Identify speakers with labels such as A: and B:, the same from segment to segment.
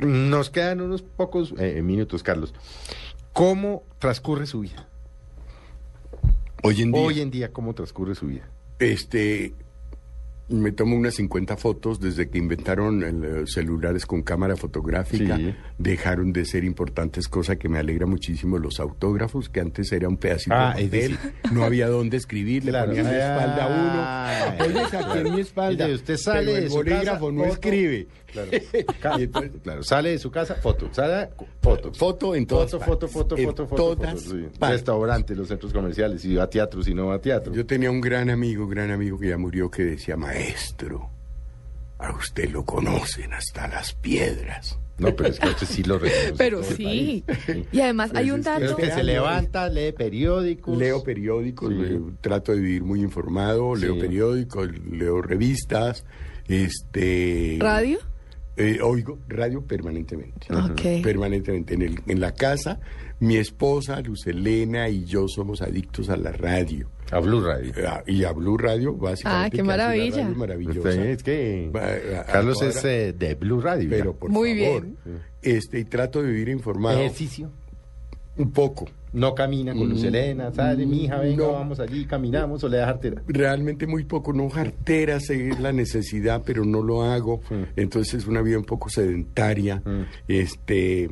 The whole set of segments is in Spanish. A: Nos quedan unos pocos eh, minutos, Carlos. ¿Cómo transcurre su vida?
B: Hoy en día,
A: Hoy en día, ¿cómo transcurre su vida?
B: este, me tomo unas 50 fotos desde que inventaron el, eh, celulares con cámara fotográfica.
A: Sí.
B: Dejaron de ser importantes, cosa que me alegra muchísimo. Los autógrafos, que antes era un pedacito
A: Ah,
B: de
A: es
B: papel,
A: decir- Ah,
B: no había dónde escribir, le ponían la espalda a uno.
A: a
B: Oye, aquí en mi espalda.
A: usted sale
B: pero el
A: de su casa,
B: bolígrafo no
A: foto.
B: escribe.
A: Claro. Ca- claro, sale de su casa, foto, sale, foto.
B: Foto en todas
A: Foto, foto,
B: partes.
A: foto,
B: En
A: foto, foto,
B: todas
A: foto, sí.
B: partes.
A: Restaurantes, los centros comerciales, si va a teatro, si no va a teatro.
B: Yo tenía un gran amigo, gran amigo que ya murió, que decía, maestro, a usted lo conocen hasta las piedras.
A: No, pero es que a usted sí lo reconoce
C: Pero
A: todo el
C: sí.
A: país. Sí.
C: Y además hay un
A: Pero es
C: dato.
A: que se levanta, lee periódicos.
B: Leo periódicos,
A: Sí.
B: eh, trato de vivir muy informado, leo
A: Sí.
B: periódicos, leo revistas, este...
C: ¿Radio? Ah,
B: eh, oigo radio permanentemente.
C: Ok.
B: Permanentemente. En, el- en la casa, mi esposa, Luz Elena y yo somos adictos a la radio.
A: A Blue Radio.
B: Ah, Y a Blue Radio, básicamente.
C: Ah, qué
B: que hace una
C: maravilla.
B: radio maravillosa.
A: Usted es que
B: Va, a- a-
A: Carlos
B: ahora-
A: es eh, de Blue Radio. ya.
B: Pero por
C: Muy
B: favor,
C: bien.
B: este y trato de vivir informado
A: ejercicio.
B: un poco.
A: No camina con Luz
B: Mm,
A: Elena, sale, mija, venga,
B: no.
A: vamos allí, caminamos o le da jartera.
B: Realmente muy poco, no jartera, sé la necesidad, pero no lo hago.
A: Sí.
B: Entonces una vida un poco sedentaria.
A: Mm.
B: Este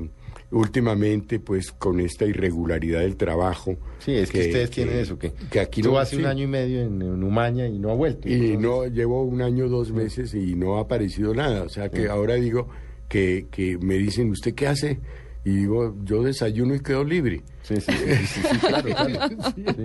B: últimamente pues con esta irregularidad del trabajo.
A: Sí, es que, ustedes tienen eso que,
B: que aquí
A: estuvo
B: no-
A: hace un
B: sí.
A: año y medio en, en Umaña y no ha vuelto.
B: Y
A: Entonces,
B: no, llevo un año, dos meses y no ha aparecido nada. O sea que
A: Sí.
B: ahora digo que, que me dicen, ¿usted qué hace? Y digo, yo desayuno y quedo libre.
A: Sí, sí, sí, sí, sí, sí, claro, claro.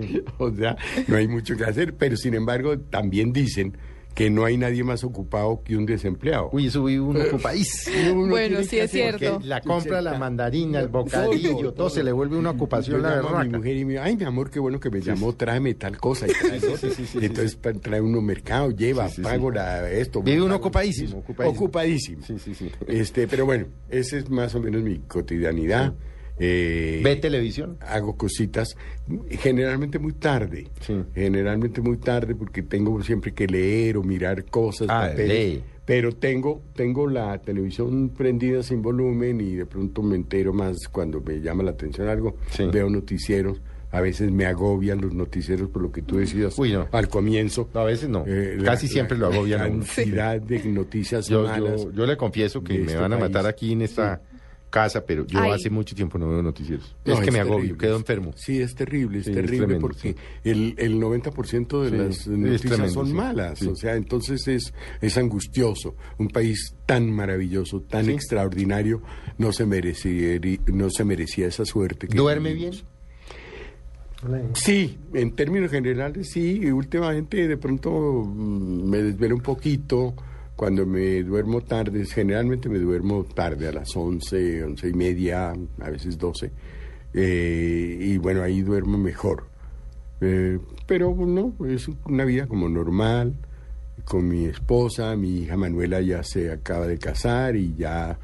A: Sí.
B: O sea, no hay mucho que hacer, pero sin embargo también dicen que no hay nadie más ocupado que un desempleado.
A: Uy, eso vive uno ocupadísimo.
B: Uno
C: Bueno,
B: tiene
C: sí
B: que
C: es
B: hacer-
A: Porque
C: cierto.
A: la compra, la mandarina, el
B: Todo,
A: bocadillo, todo,
B: todo.
A: se le vuelve una ocupación
B: Yo
A: la
B: llamo a mi
A: berraca.
B: mujer y me dice, ay, mi amor, qué bueno que me llamó, tráeme tal cosa. Y trae
A: Sí, sí,
B: otra.
A: sí, sí, sí,
B: Entonces pa- trae uno mercado, lleva,
A: Sí, sí, sí.
B: pago la- esto.
A: Vive uno
B: pago-
A: ocupadísimo, ocupadísimo.
B: Ocupadísimo.
A: Sí, sí, sí.
B: Este, pero bueno, esa es más o menos mi cotidianidad. Eh,
A: ¿Ve televisión?
B: hago cositas generalmente muy tarde.
A: Sí.
B: Generalmente muy tarde porque tengo siempre que leer o mirar cosas.
A: Ah,
B: papeles,
A: lee.
B: Pero tengo, tengo la televisión prendida sin volumen y de pronto me entero más cuando me llama la atención algo.
A: Sí.
B: Veo noticieros. A veces me agobian los noticieros por lo que tú decías
A: Uy, no.
B: al comienzo.
A: No, a veces no.
B: Eh, la-
A: Casi siempre
B: la
A: lo agobian a uno.
B: cantidad de noticias
A: Yo,
B: malas.
A: yo, yo le confieso que
B: de
A: me
B: este
A: van a
B: país.
A: matar aquí en esta casa, pero yo
C: Ay.
A: hace mucho tiempo no veo noticieros.
B: No,
A: es que me agobio,
B: terrible.
A: quedo enfermo.
B: Sí, es terrible, es
A: Sí, es
B: terrible
A: tremendo,
B: porque
A: sí.
B: el, el 90% de
A: Sí,
B: las
A: es
B: noticias
A: tremendo,
B: son
A: sí,
B: malas,
A: sí.
B: o sea, entonces es, es angustioso. Un país tan maravilloso, tan
A: Sí.
B: extraordinario, no se, merecía, no se merecía esa suerte. que
A: ¿Duerme bien?
B: tuvimos. Sí, en términos generales sí, y últimamente de pronto mm, me desvelo un poquito cuando me duermo tarde, generalmente me duermo tarde a las 11, 11 y media, a veces 12, eh, y bueno, ahí duermo mejor. Eh, pero no, es una vida como normal, con mi esposa, mi hija Manuela ya se acaba de casar y ya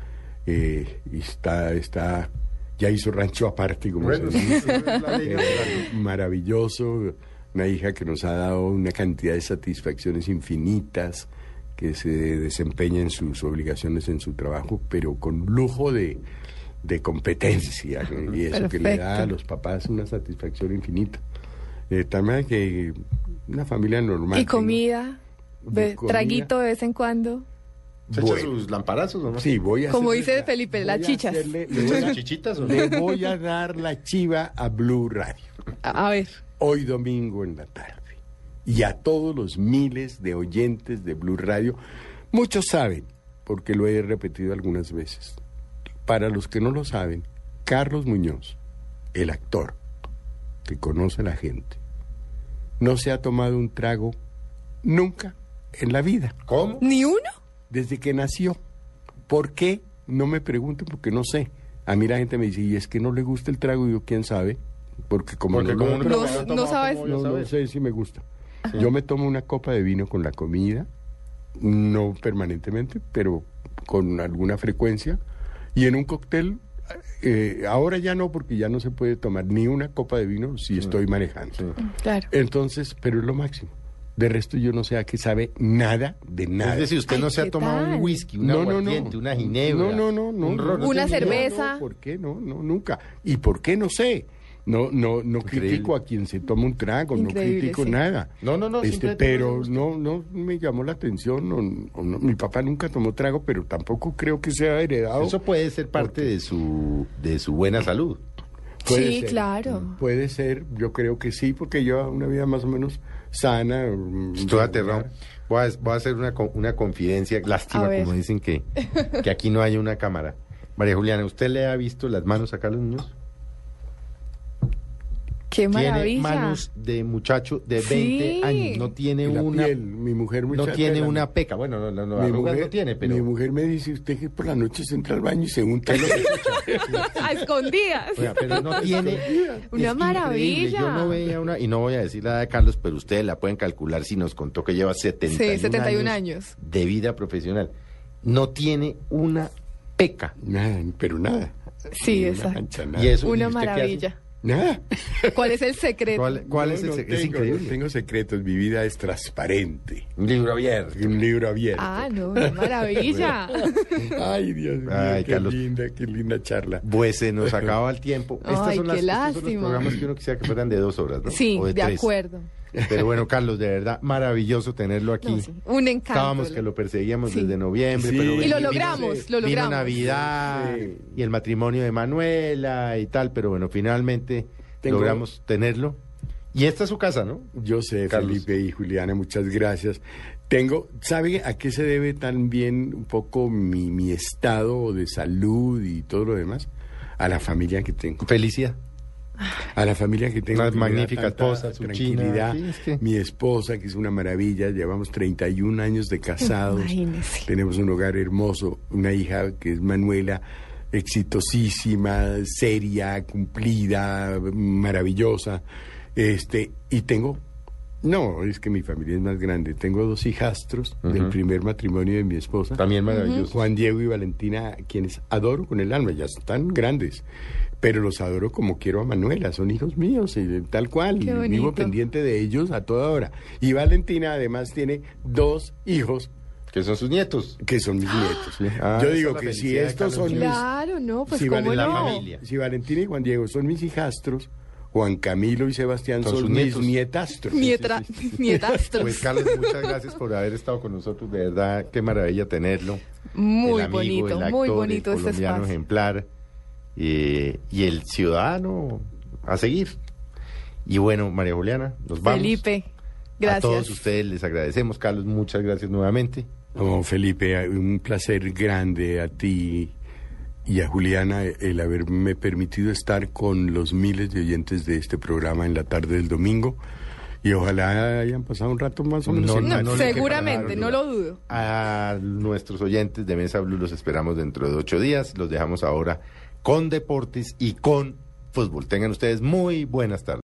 B: eh, está, está, ya hizo rancho aparte, como se dice.
C: Este,
B: Eh, maravilloso, una hija que nos ha dado una cantidad de satisfacciones infinitas, que se desempeña en sus obligaciones, en su trabajo, pero con lujo de, de competencia, ¿no? y eso que le da a
C: Perfecto.
B: los papás una satisfacción infinita. Eh, también que una familia normal.
C: Y
B: tengo-
C: comida. ve-
B: comida.
C: Traguito de vez en cuando.
A: ¿Se echa
B: Bueno.
A: sus lamparazos o no?
B: Sí, voy a
C: Como
B: hacerle
C: dice Felipe,
B: voy
C: las
B: a
C: chichas.
B: hacerle-
A: ¿Se
B: le
A: echa
B: voy a-
A: sus chichitas o no?
B: le voy a dar la chiva a Blue Radio.
C: A, a ver.
B: hoy domingo en la tarde. Y a todos los miles de oyentes de Blue Radio, muchos saben, porque lo he repetido algunas veces. Para los que no lo saben, Carlos Muñoz, el actor que conoce a la gente, no se ha tomado un trago nunca en la vida,
A: ¿Cómo?
C: ¿Ni uno?
B: desde que nació. ¿Por qué? No me pregunten porque no sé. A mí la gente me dice, y es que no le gusta el trago, y yo, ¿quién sabe? Porque como
A: Porque
B: no lo
A: como
B: ha
A: uno
C: No,
A: lo ha
C: no
A: tomado,
C: sabes.
A: ¿cómo voy a
B: no, no
A: saber?
B: sé si me gusta. Yo me tomo una copa de vino con la comida, no permanentemente, pero con alguna frecuencia. Y en un cóctel, eh, ahora ya no, porque ya no se puede tomar ni una copa de vino si estoy manejando.
A: Sí.
C: Claro.
B: Entonces, pero es lo máximo. De resto yo no sé a qué sabe nada de nada.
A: Es decir, usted
C: Ay,
A: no se
C: ¿qué
A: ha tomado
C: tal?
A: un whisky, una aguardiente, una ginebra.
B: No, no, no, no.
A: un ron,
B: no,
A: no
C: Una
A: sé,
B: señor,
A: ni-
C: cerveza.
B: no, ¿Por qué no? No, nunca. ¿Y por qué no sé? No, no, no
A: Increíble.
B: critico a quien se toma un trago,
C: Increíble,
B: no critico
C: sí.
B: nada.
A: No, no, no,
B: Este,
A: simplemente no le
B: pero
A: gusta.
B: no, no me llamó la atención. no, no, no, mi papá nunca tomó trago, pero tampoco creo que sea heredado.
A: Eso puede ser parte de su, de su buena salud.
B: Puede
C: Sí,
B: ser. Mm.
C: claro.
B: Puede ser, yo creo que sí, porque lleva una vida más o menos sana. mm,
A: Estoy
B: regular.
A: aterrado. Voy a, voy a hacer una, co- una confidencia.
C: A
A: Lástima,
C: ver.
A: como dicen que, que aquí no hay una cámara. María Juliana, ¿usted le ha visto las manos acá a los niños?
C: Qué
A: Tiene
C: maravilla.
A: manos de muchacho de 20
C: Sí.
A: años. No
B: Y
A: tiene
B: la
A: una,
B: piel, mi mujer muy
A: no
B: chata
A: tiene
B: de la-
A: una peca. Bueno, no, no, no,
B: mi
A: arrugas
B: mujer,
A: no tiene,
B: mi
A: pero.
B: mujer me dice, usted que por la noche se entra al baño y se unta los
C: A escondidas.
A: Oiga, pero no tiene.
C: Una
A: es increíble.
C: maravilla.
A: Yo no veía una. Y no voy a decir la edad de Carlos, pero ustedes la pueden calcular si nos contó que lleva 71,
C: Sí, 71
A: años
C: años.
A: de vida profesional. No tiene una peca.
B: Nada, pero nada.
C: Sí,
B: Ni una
C: exacto.
B: mancha, nada.
A: Y eso-
C: Una
A: usted qué hace?
C: maravilla.
B: Nada.
C: ¿Cuál es el secreto?
A: ¿Cuál, cuál es
B: No,
A: el
B: no
A: sec- Es
B: tengo, no
A: increíble.
B: tengo secretos, mi vida es transparente.
A: Un libro abierto.
B: Un libro abierto.
C: Ah, no, una maravilla.
B: Ay, Dios mío,
A: Ay,
B: qué
A: Carlos.
B: linda, qué linda charla.
A: Pues se nos acaba el tiempo.
C: Ay, qué
A: estos son los
C: lástima.
A: programas que uno quisiera que fueran de dos horas, ¿no?
C: Sí,
A: O
C: de,
A: tres.
C: acuerdo.
A: Pero bueno, Carlos, de verdad, maravilloso tenerlo aquí.
C: No, sí, Un encanto.
A: Estábamos que lo perseguíamos
C: Sí.
A: desde noviembre.
B: Sí.
A: Pero
B: Y
A: vino- vino-
B: lo
C: logramos, lo
A: vino
C: logramos.
A: Navidad
B: Sí.
A: y el matrimonio de Manuela y tal, pero bueno, finalmente
B: Tengo-
A: logramos tenerlo. Y esta es su casa, ¿no?
B: Yo sé,
A: Carlos.
B: Felipe y Juliana, muchas gracias. Tengo, ¿sabe a qué se debe también un poco mi, mi estado de salud y todo lo demás? A la familia que tengo.
A: Felicidad.
B: A la familia que tengo.
A: Una
B: que me da
A: magnífica
B: tanta
A: esposa, su
B: tranquilidad.
A: china. Sí, es que-
B: Mi esposa, que es una maravilla, llevamos 31 años de casados.
C: Imagínese.
B: Tenemos un hogar hermoso, una hija que es Manuela, exitosísima, seria, cumplida, maravillosa. Este, y tengo, no, es que mi familia es más grande. Tengo dos hijastros del
A: Ujú.
B: primer matrimonio de mi esposa.
A: También maravilloso.
B: Pues Juan Diego y Valentina, quienes adoro con el alma, ya están grandes, pero los adoro como quiero a Manuela, son hijos míos, y de- tal cual,
C: Qué
B: y
C: bonito.
B: vivo pendiente de ellos a toda hora. Y Valentina además tiene dos hijos
A: Que son sus nietos.
B: que son mis nietos.
A: Ah,
B: Yo
A: esa
B: digo
A: es la
B: que si
A: felicidad de
B: estos
A: Carlos
B: son mis,
A: Junior.
C: Claro, no, pues
B: Sí,
C: cómo
A: vale la
C: no.
A: familia.
B: si Valentina y Juan Diego son mis hijastros, Juan Camilo y Sebastián
A: Son
B: son,
A: sus
B: mis
A: nietos.
B: nietastros.
C: Nietra- Nietastros.
A: Pues Carlos, muchas gracias por haber estado con nosotros. De verdad, qué maravilla tenerlo.
C: muy
A: El amigo,
C: bonito,
A: el
C: muy
A: actor,
C: bonito
A: el
C: este
A: colombiano
C: espacio.
A: ejemplar eh, y el ciudadano a seguir. Y bueno, María Juliana, nos vamos.
C: Felipe,
A: A
C: gracias.
A: todos ustedes les agradecemos. Carlos, muchas gracias nuevamente.
B: No, Felipe, un placer grande a ti y a Juliana el haberme permitido estar con los miles de oyentes de este programa en la tarde del domingo. Y ojalá hayan pasado un rato más o menos.
A: No,
C: No,
B: simpático.
A: no, no,
C: seguramente, no lo dudo.
A: A nuestros oyentes de Mesa Blue los esperamos dentro de ocho días. Los dejamos ahora con deportes y con fútbol. Tengan ustedes muy buenas tardes.